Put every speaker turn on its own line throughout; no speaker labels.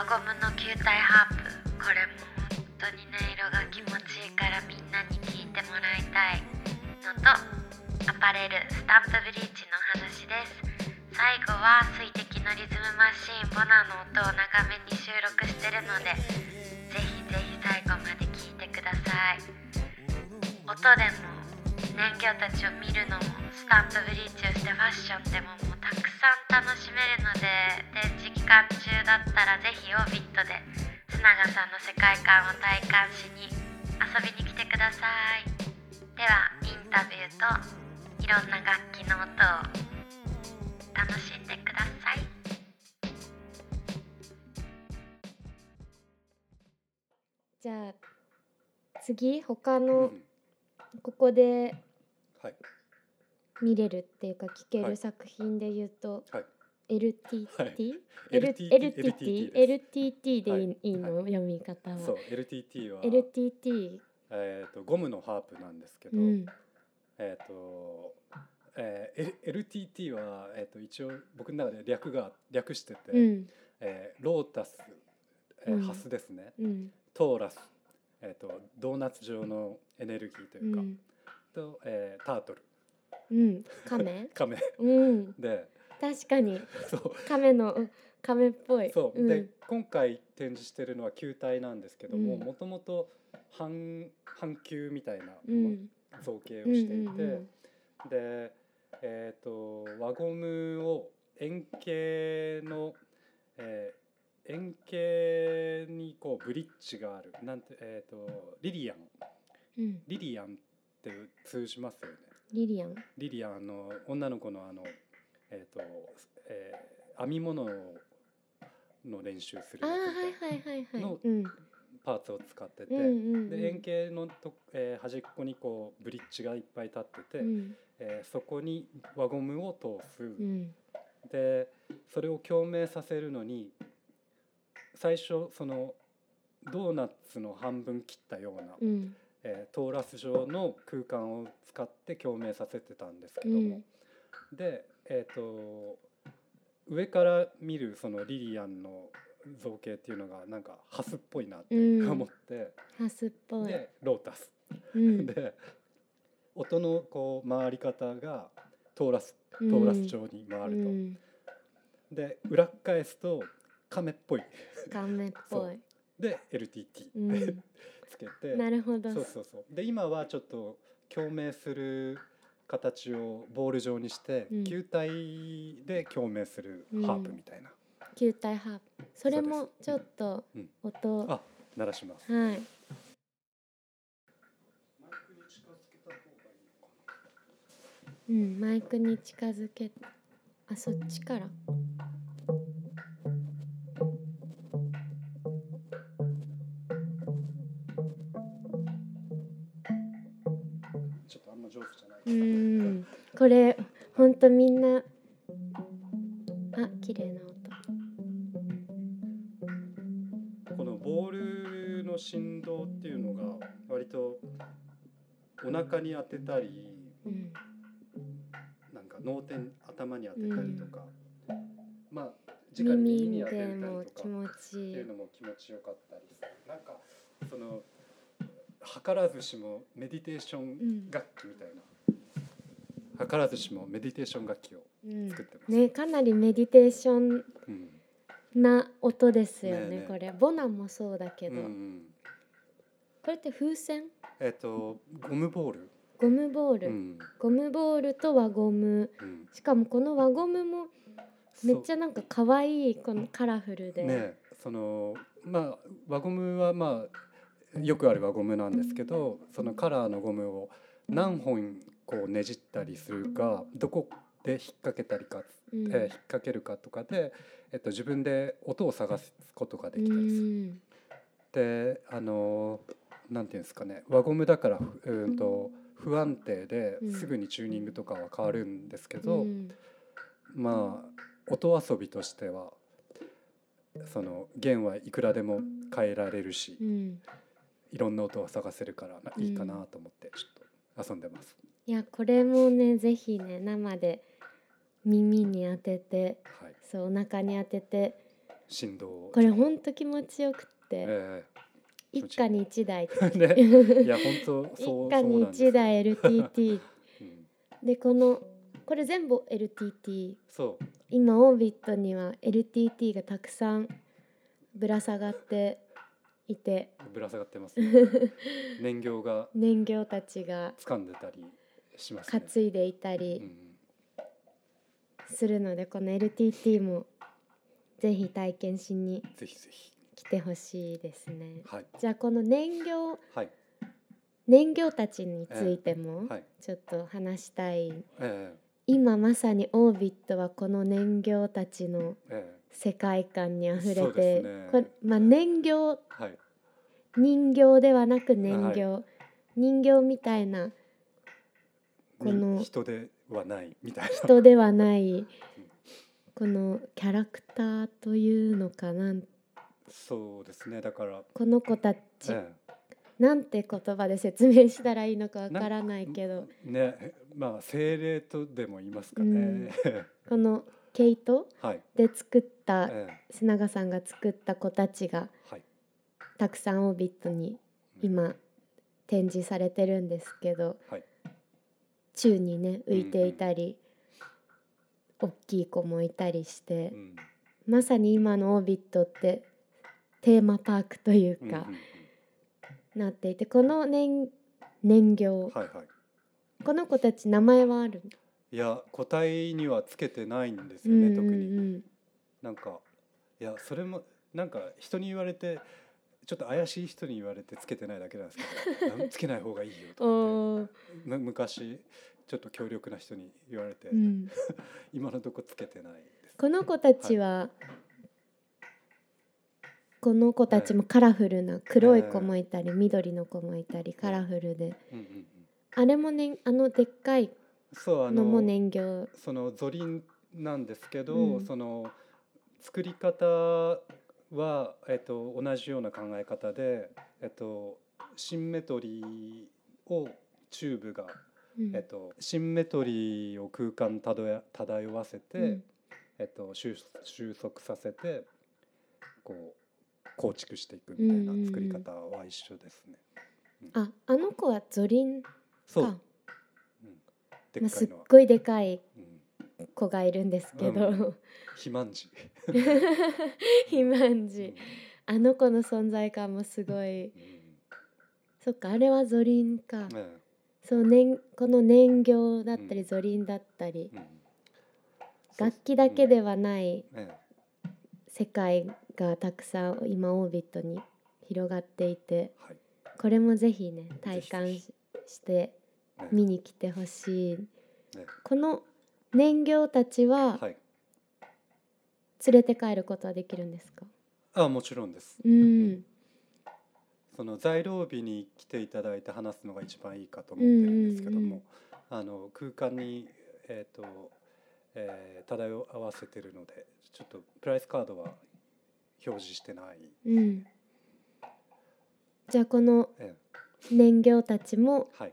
球体ハープこれも本当に音色が気持ちいいからみんなに聞いてもらいたいのとアパレルスタンプブリーチの話です最後は水滴のリズムマシーンボナの音を長めに収録してるのでぜひぜひ最後まで聞いてください音でも燃料たちを見るのもスタンプブリーチをしてファッションでももうたくさん楽しめるので展示期間中だったらぜひオービットで砂賀さんの世界観を体感しに遊びに来てくださいではインタビューといろんな楽器の音を楽しんでください
じゃあ次他
う
の
ん
ここで
はい
見れるっていうか聴け
は
る
い
作品で言うと、
はい
LTT?、
はい LTT
LTT?LTT LTT でいい,、
はい
い、いの、読み方
そう
は。
LTT は、
LTT、
えー、とゴムのハープなんですけど、
うん、
えっ、と、えー L- LTT は、えー、と一応僕の中で略が略してて、
うん、
えーロータス、えー
うん
ハスですね
うん、
トーラス、えー、とドーナツ状のエネルギーと
う
いうか、
ん、
と、えータートル
うん、亀
カメ
うん、
で
確かに
そう
亀の亀っぽい。
そう、
ん、
で今回展示してるのは球体なんですけども
うん
もともと半半球みたいな
うん、
造形を
うん、
していて、
うん
で、えー、と輪ゴムを円形の、えー円形にこうブリッジがあるなんて、えー、とリリアン
うん、うん、
リリアンって通じますよね
リリアン、
リリアンあの女の子のあの、えーとえー編み物の練習する
ああ
や
は
つみたいな
は
い
いはいはい
の、
うん、
パーツを使ってて、
うん、うん、
で円形のと、えー端っこにこうブリッジがいっぱい立ってて、
うん、
えーそこに輪ゴムを通す、
うん、
でそれを共鳴させるのに最初そのドーナツの半分切ったような、
うん、
えートーラス状の空間を使って共鳴させてたんですけ
う
ども、
ん、
でえっ、と上から見るそのリリアンの造形っていうのがなんかハスっぽいなって
うん
思って、
ハスっぽい。
でロータス、
うん、
で音のこう回り方がトーラス
ト
トーラス状に
あ
回ると、で裏返すと亀っぽい
顔面っぽい。
で LTT
うん、
つけて、
なるほど。
そうそうそうで今はちょっと共鳴する形をボール状にして、
うん
球体で共鳴するハープみたいな、
球体ハープ。それもちょっと
うん
音、
あ鳴らします。
はい。うん、マイクに近づけ。あ、そっちから。。
ちょっとあんま上手じゃないう
ん、これ、ほんとみんな。あ、綺麗な音。
このボールの振動っていうのが割とお腹に当てたり、
うん、
なんか脳天頭に当てたりとか、まあ直に耳に
耳
当てた
で
り
も
と
気
かっ
持
て
ちい
い
い。
うのも気持ちよかったりする。なんかその図らずしもメディテーション楽器みたいな、図らずしもメディテーション楽器を
うん
作ってます。
ね、かなりメディテーション
うん
な音ですよね
ねえねえ
これボナンもそうだけ
うん
ど、
うん、
これって風船
えっ、とゴムボール、
ゴムボール、
うん
ゴムボールと輪ゴム
うん、
しかもこの輪ゴムもめっちゃなんか可愛いこのカラフルで、
ねそのまあ輪ゴムはまあよくある輪ゴムなんですけどそのカラーのゴムを何本こうねじったりするかどこで引っ掛けたりか、
うん
えー引っ掛けるかとかで、えっと、自分で音を探すことができたりする。
うん
であのなんていうんですかね輪ゴムだからうーんと不安定で
うん
すぐにチューニングとかは変わるんですけど、
うん
まあ音遊びとしてはその弦はいくらでも変えられるし、
うん
いろんな音を探せるからまあ
うん
いいかなと思ってちょっと遊んでます。
いやこれもねぜひね生で耳に当てて
はい、
そうお腹に当てて
振動を
これほんと気持ちよくって
え気持
一
ちいい
家に一台
え ねいや本当
一
そう
家
そう
に
なんですよ
一、台 LTT
うん、
でこのこれ全部 LTT
そう
今オービットには LTT がたくさんぶら下がっていて
ぶら下がってます、ね、 燃料が
人形たちが
掴んでたりしますね。
担いでいた
う
り
ん
するのでこの LTT もぜひ体験しに
ぜひぜひ。
来てほしいですね。
はい。
じゃあこの燃料
はい。
燃料たちについても
はい。
ちょっと話したい
え
今まさにオービットはこの燃料たちの
ええ
世界観にあふ
そ
れ
うで
て、
すね
これまあ燃料
えはい。
人形ではなく燃料、人形みたいなこの
に人ではないみたいな。
人ではないこのキャラクターというのかなん
そうですね。だから。
この子たち、
え
なんて言葉で説明したらいいのかわ
な
からないけど
えね、まあ精霊とでも言いますか
うん
ね。
この毛糸
はい。
で作った
ええ
須永さんが作った子たちが
はい。
たくさんオービットに今展示されてるんですけど、
はい
宙にね浮いていたり、大きい子もいたりして。
うん。
まさに今のオービットってテーマパークという
うんうん
か、
う
なっていてこの年年
ん
行
はいはい。
この子たち名前はある
いや、個体にはつけてないんですよね。特に。
に
なんかいやそれもなんか人に言われてちょっと怪しい人に言われてつけてないだけなんです けどあつけない方がいいよとか
おー
ってむ昔ちょっと強力な人に言われて、
うん
今のとこつけてないです
この子たちはこの子たちもカラフルな黒い子もいたり緑の子もいたりカラフルで
うんうんうん、
あれもねあのでっかい
そうあの
のも燃料
そのゾリンなんですけど、
うん
その作り方は、えっと、同じような考え方で、えっと、シンメトリーをチューブが
うん
えっと、シンメトリーを空間に漂わ漂わせて、
うん
えっと、収収束させてこう構築していくみたいな作り方は一緒ですね。
ああの子はゾリンか、
そう、
ま
うん、で
あ、
っか
す
い
っ
のは、
ごいでかい
うん、
子がいるんですけど、
うん肥 満児、
肥満児あの子の存在感もすごい
うん
そっかあれはゾリンか
うんえ
そう年この年行だったり
うん
ゾリンだったり
えうん
楽器だけ、
そう
ではない
うんええ
世界がたくさん今オービットに広がっていて
はいね
これもぜひね体
ぜ
感
ひ
しして
え
見に来てほしい
ね
この年行たちは
はい、
連れて帰ることはできるんですか
あもちろんです。
うん
その在労日に来ていただいて話すのが一番いいかと思ってるんですけども、
うんうんうん
あの空間に、えーとえー漂わせてるのでちょっとプライスカードは表示してない、
うんじゃあこの
ええ
年行たちも
はい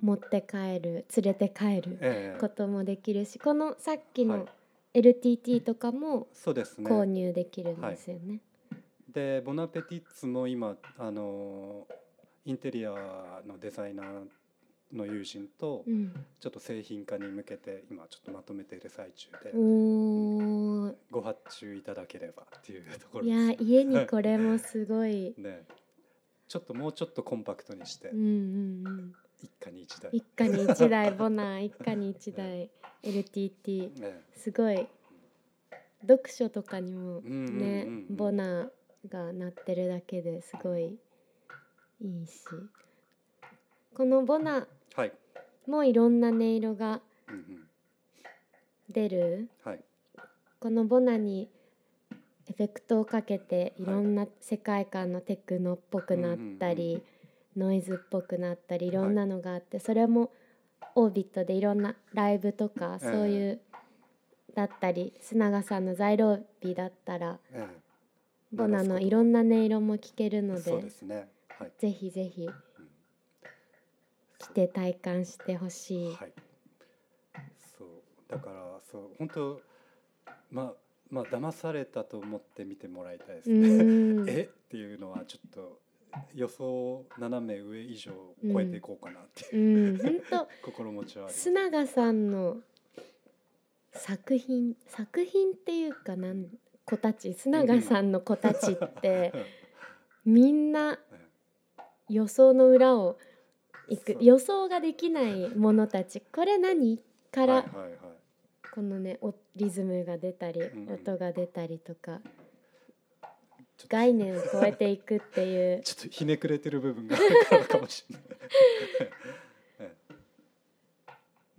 持って帰る連れて帰る
ええ
こともできるしこのさっき
はい
の LTT とかも
そうです
購
ね
入できるんですよね。
でボナペティッツも今あのインテリアのデザイナーの友人と
うん
ちょっと製品化に向けて今ちょっとまとめている最中で
おー
ご発注いただければっていうところ
い
です。。
や家にこれもすごい
ねちょっともうちょっとコンパクトにして、
うんうんうん、
一家に一台、
一家に一台ボナー一家に一 台 LTT
ね
すごい読書とかにも
うんうんうん
ね
うん
ボナーが鳴ってるだけですごいいいしこのボナー
はい、
もいろんな音色が
うんうん、
出る
はい、
このボナにエフェクトをかけていろんな世界観のテクノっぽくなったり、ノイズっぽくなったりいろんなのがあって、それもオービットでいろんなライブとか
ええ
そういう、だったり須永さんの在労日だったら
ええ
ボナのいろ
なん
な音色も聴けるので
そうですね、はい、
ぜひぜひ来て体感してほしい。
はい、そうだからそう本当まあまあ騙されたと思って見てもらいたいです
う
ね。
ん
えっていうのはちょっと予想斜め上以上を超えていこうかなっていう、
うん本当
心持ちはあります
須。永さんの作品作品っていうかなん子たち須永さんの子たち ってみんな予想の裏をいく
そう
予想ができないものたちこれ何か
はい
ら
はいはい。
このねおリズムが出たり
うんうん
音が出たりとか
ちょっと
概念を超えていくっていう
ちょっとひねくれてる部分があるからかもしれない。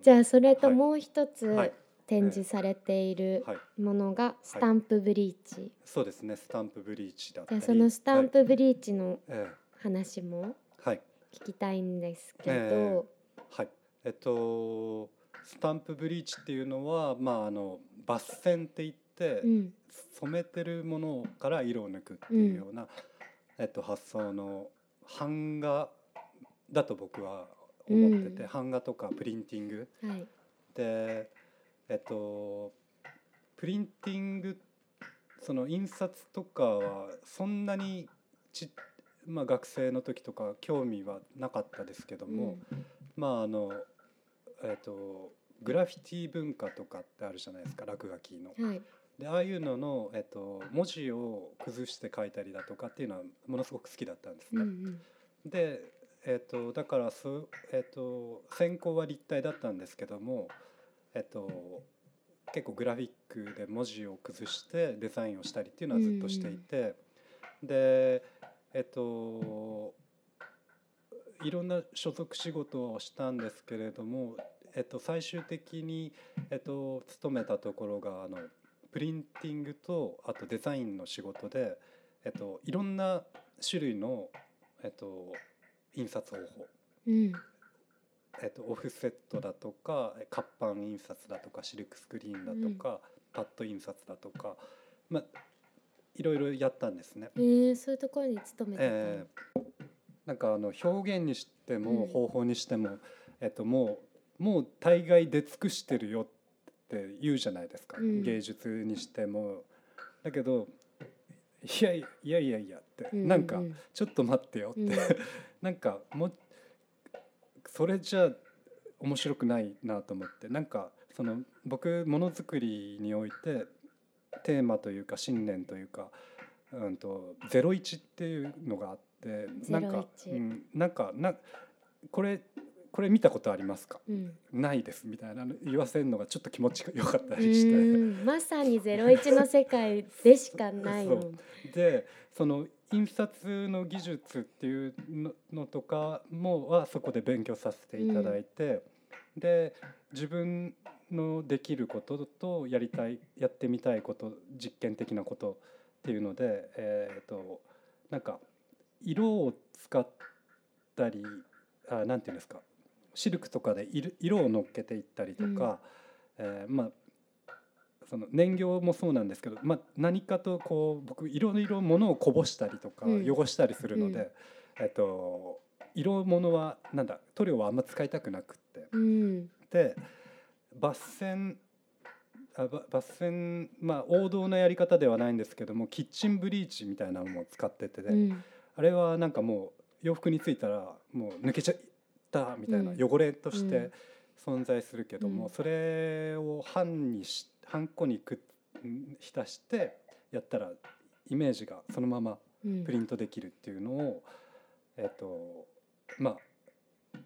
じゃあそれと
はい
もう一つ
はい
展示されている
はい、
ものがスタンプブリーチ、
そうですね。スタンプブリーチだった
じゃあ
り。
そのスタン
はい
プブリーチの
え
話も
えはい
聞きたいんですけど、
えはい、えっとスタンプブリーチっていうのは、まあ、あの抜染って言って、
うん
染めてるものから色を抜くっていうような、えっと、発想の版画だと僕は思ってて、
うん
版画とかプリンティング
はい
で、えっと、プリンティングその印刷とかはそんなにち、まあ、学生の時とか興味はなかったですけども。まああのえっ、とグラフィティ文化とかってあるじゃないですか落書きの。
うんはい
でああいうのの、えっと文字を崩して書いたりだとかっていうのはものすごく好きだったんです
うんう
ね。
ん
で、えっとだからす、えっと専攻は立体だったんですけども、えっと結構グラフィックで文字を崩してデザインをしたりっていうのはずっとしていて、でえっといろんな所属仕事をしたんですけれども、えっと、最終的に、えっと、勤めたところがあのプリンティングとあとデザインの仕事で、えっと、いろんな種類の、えっと、印刷方法
うん
えっと、オフセットだとかえ活版印刷だとかシルクスクリーンだとか、パッド印刷だとか、まあ、いろいろやったんですね。
えー、そういうところに勤めてた、
えーなんかあの表現にして
う
も
ん
方法にしても、えっと、もうもう大概出尽くしてるよって言うじゃないですか、
うん
芸術にしても。だけどいやいやいやいやって、
うう
なんかちょっと待ってよって、
うん
なんかもうそれじゃ面白くないなと思ってなんかその僕ものづくりにおいてテーマというか信念というか、うん、と01っていうのがあってなんか、
01
うん、なんかなこれこれ見たことありますか
うん
ないですみたいなの言わせるのがちょっと気持ちが良かった
う
りして。
んまさにゼロ一の世界でしかないの。
そうでその印刷の技術っていうののとかもはそこで勉強させていただいて、で自分のできることとやりたいやってみたいこと実験的なことっていうので、えー、となんか色を使ったりあなんていうんですかシルクとかで色色を乗っけていったりとか、えーまあその燃料もそうなんですけど、まあ、何かとこう僕いろいろ物をこぼしたりとか
うん
汚したりするので、
うん
えっと、色物はなんだ塗料はあんま使いたくなくって
うん
で抜線あば抜線まあ王道なやり方ではないんですけどもキッチンブリーチみたいなのも使ってて、
うん
あれはなんかもう洋服についたらもう抜けちゃったみたいな
うん
汚れと
う
して
ん
存在するけど
う
も、
ん
それを半にし半個にくっ浸してやったらイメージがそのまま
うん
プリントできるっていうのを、えっとまあ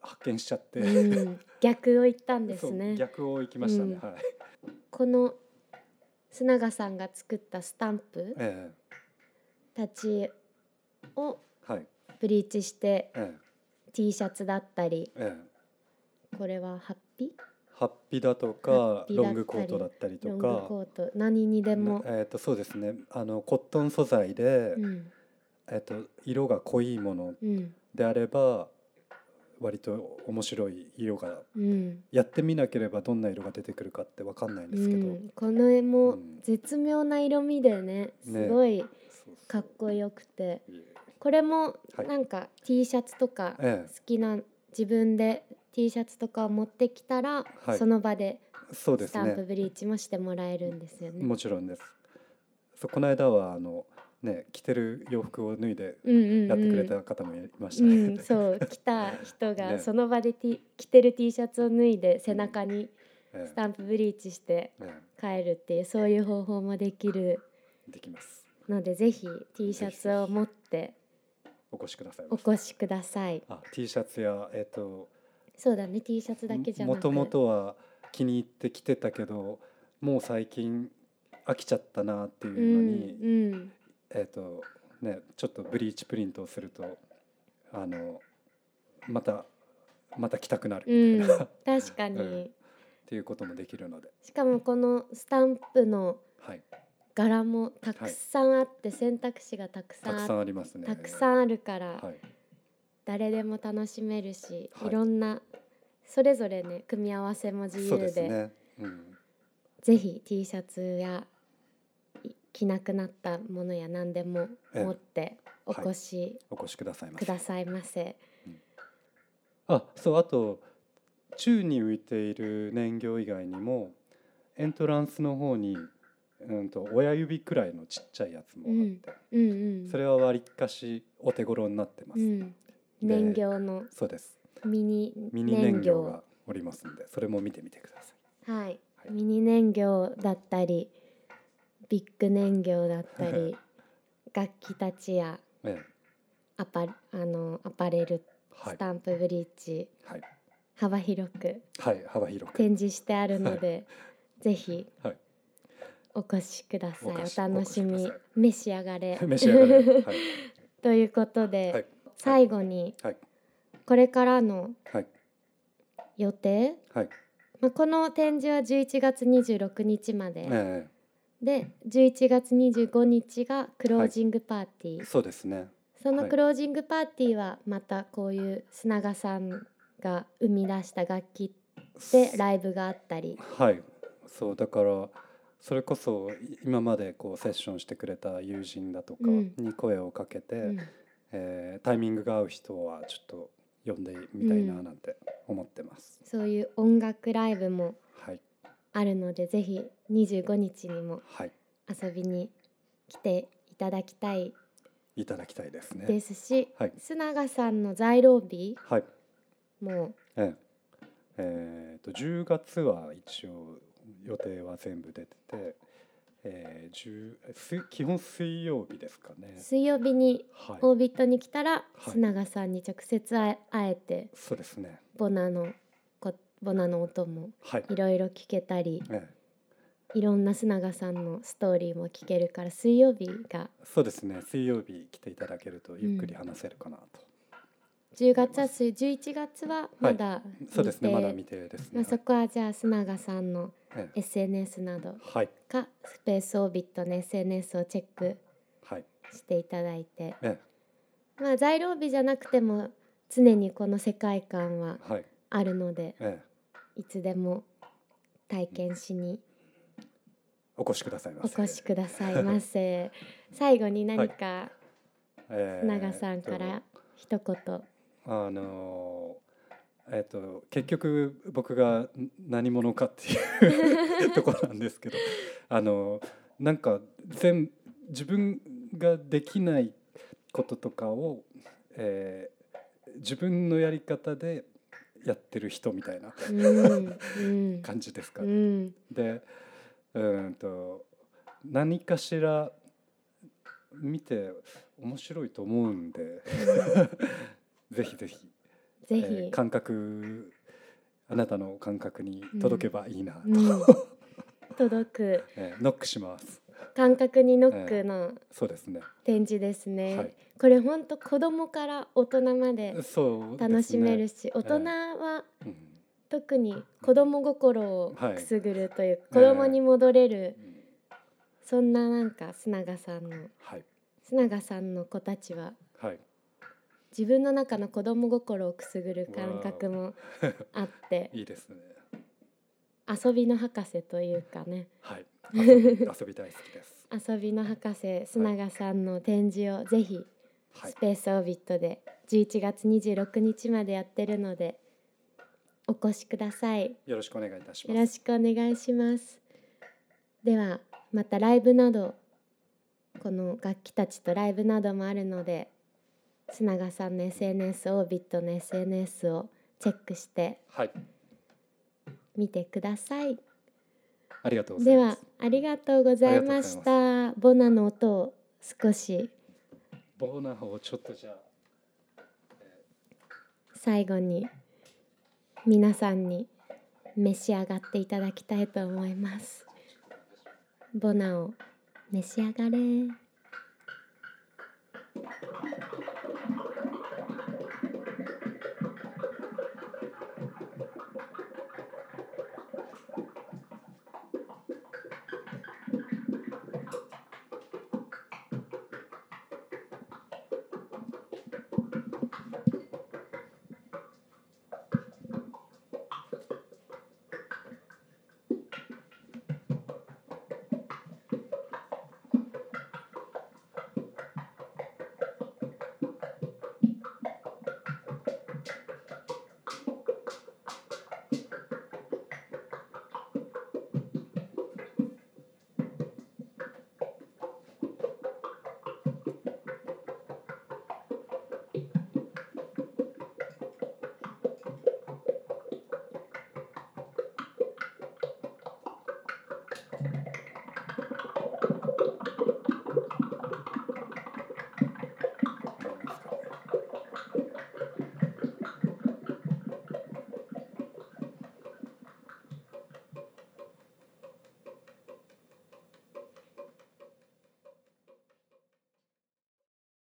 発見しちゃって、
うん逆を言ったんで
そ
す
う
ね。
逆を行きましたね、
うん
はい、
この須永さんが作ったスタンプ
え
たちを
えはい
ブリーチして
ええ
T シャツだったり
ええ
これはハッピ
ハッピだと
ハッ
か
ピだったり
ロングコートだったり
ー
と
ロング
か
コート何にでも、
えっ、とそうですねあのコットン素材で、
うん
えっと色が濃いもの
うん
であれば割と面白い色が
うん
やってみなければどんな色が出てくるかってわかんないん
う
ですけど、
ん、この絵
う
も
ん
絶妙な色味でねすごい
そうそう
かっこよくて、
いえ
これも
はい
なんか T シャツとか好
え
きな自分で T シャツとかを持ってきたら、
はい
その場で
そうで
ス
す
タンプ
ね
ブリーチもしてもらえるんですよね。
もちろんですそうこの間はあのね着てる洋服を脱いで
うんうんうん、
やってくれた方もいました
う
ね、
ん、そう来た人が
ね
その場で T 着てる T シャツを脱いで背中に
え
スタンプブリーチして
ええ
帰るっていうそういう方法もできる
えできます
のでぜひ T シャツを持って
お越しくださいま
お
せ
越しください
あ T シャツやえっ、と
そうだね T シャツだけじゃな
も
く
ともとは気に入って着てたけどもう最近飽きちゃったなっていう
う
のに、
んうん
えっ、とねちょっとブリーチプリントをするとあのまたまた着たくなる
う
み
ん
たいなっ
確か
う
に
んていうこともできるので、
しかもこのスタンプの
はい、
柄もたくさんあって選択肢がたくさ
た
ん
く
あっ
さんありますね。
たくさんあるから、
はい、
誰でも楽しめるし、
はい
い、ろんなそれぞれね組み合わせも自
そうで
由
す
で
ね。うん、
ぜひ T シャツやい着なくなったものや何でも
ええ
持ってお
はい
越し
お越しくださいま
く
せ。
ださいませ。
あ、そうあと宙に浮いている燃料以外にもエントランスの方にうんと親指くらいのちっちゃいやつもあって、
うんうん、
それは割りかしお手頃になってます。
うん、
で
燃料の
そうです。
ミニ
ミニ燃料がおりますので、それも見てみてください。
はい
はい、
ミニ燃料だったりビッグ燃料だったり楽器たちや
ええ、
アパあのアパレル
は
ス
い、
タンプブリーチ、
はい、
幅広く
はい、幅広く。
展示してあるので、ぜひ
はい、
お越しください
お
お
越し
楽し
お越し
み
くださ
召し上がれ
召し上がれ。はい、
ということで、
はい
最後に
はい、
これからの
はい、
予定、
はい、
まあ、この展示は11月26日まで、
え
で11月25日がクロージングパーティー、
え、そうですね。
その
はい
クロージングパーティーはまたこういう砂賀さんが生み出した楽器でライブがあったり
はい、そうだからそれこそい今までこうセッションしてくれた友人だとか
うん
に声をかけて、
うん
えータイミングが合う人はちょっと呼んでみたいな
うん
なんて思ってます。
そういう音楽ライブも
はい、
あるのでぜひ25日にも
はい、
遊びに来ていただきたい
いただきたいですね。
ですし、
はい
須永さんの在廊日
はい、
も
えええーと10月は一応予定は全部出てて、えー、10す基本水曜日ですかね。
水曜日に
はい、
オービットに来たら、
はい
須永さんに直接会え会えて
そうですね。
ボナのこボナの音も
はい、
いろいろ聞けたり
ええ
いろんな須永さんのストーリーも聞けるから水曜日が
そうですね。水曜日来ていただけるとゆっくり話せるかなと。
10月は水11月はまだ未定、
そうですね。まだ未定です
ま
ね
あ、。そこはじゃあ須永さんの
ええ
SNS など
はい
かスペースオービットの SNS をチェック
はい。
していただいて
え
まあ在廊日じゃなくても常にこの世界観は
えはい
あるので
ええ
いつでも体験しに
お越しくださいま
お
せ。
越しくださいませ最後に何か
ええ
長さんから一言
あのーえっと結局僕がん何者かって いうところなんですけどあのーなんか全自分ができないこととかを、えー自分のやり方でやってる人みたいな
うんうん
感じですか
う
ね。
ん
でうーんと何かしら見て面白いと思うんで ぜひぜひ
ぜ
えー
ひ
感覚あなたの感覚に届けばいいなと、
うん届く
えーノックします
感覚にノックの
そうですね
展示ですね、
はい
これほんと子供から大人まで
そうですね
楽しめるし、大人は特に子供心を
はい
くすぐるという、
え
子供に戻れる
う、んうん
そんななんか須永さんの
はい
須永さんの子たちは
はい
自分の中の子供心をくすぐる感覚もあって
いいですね
遊びの博士というかね
はい遊び遊び大好きです
遊びの博士須永さんの展示をぜひ
は
ス
い
ペースオービットで11月26日までやってるのでお越しください。
よろしくお願いいたし
よ
ま
ろ
す。
しくお願いします。ではまたライブなどこの楽器たちとライブなどもあるので砂川さんの SNS オービットの SNS をチェックして
はい、
みてください。
ありがとうござい
で
ま
は
す。
ありがとうございました。ボナの音を少し
ボーナーをちょっとじゃあ
最後に皆さんに召し上がっていただきたいと思います。ボナを召し上がれ。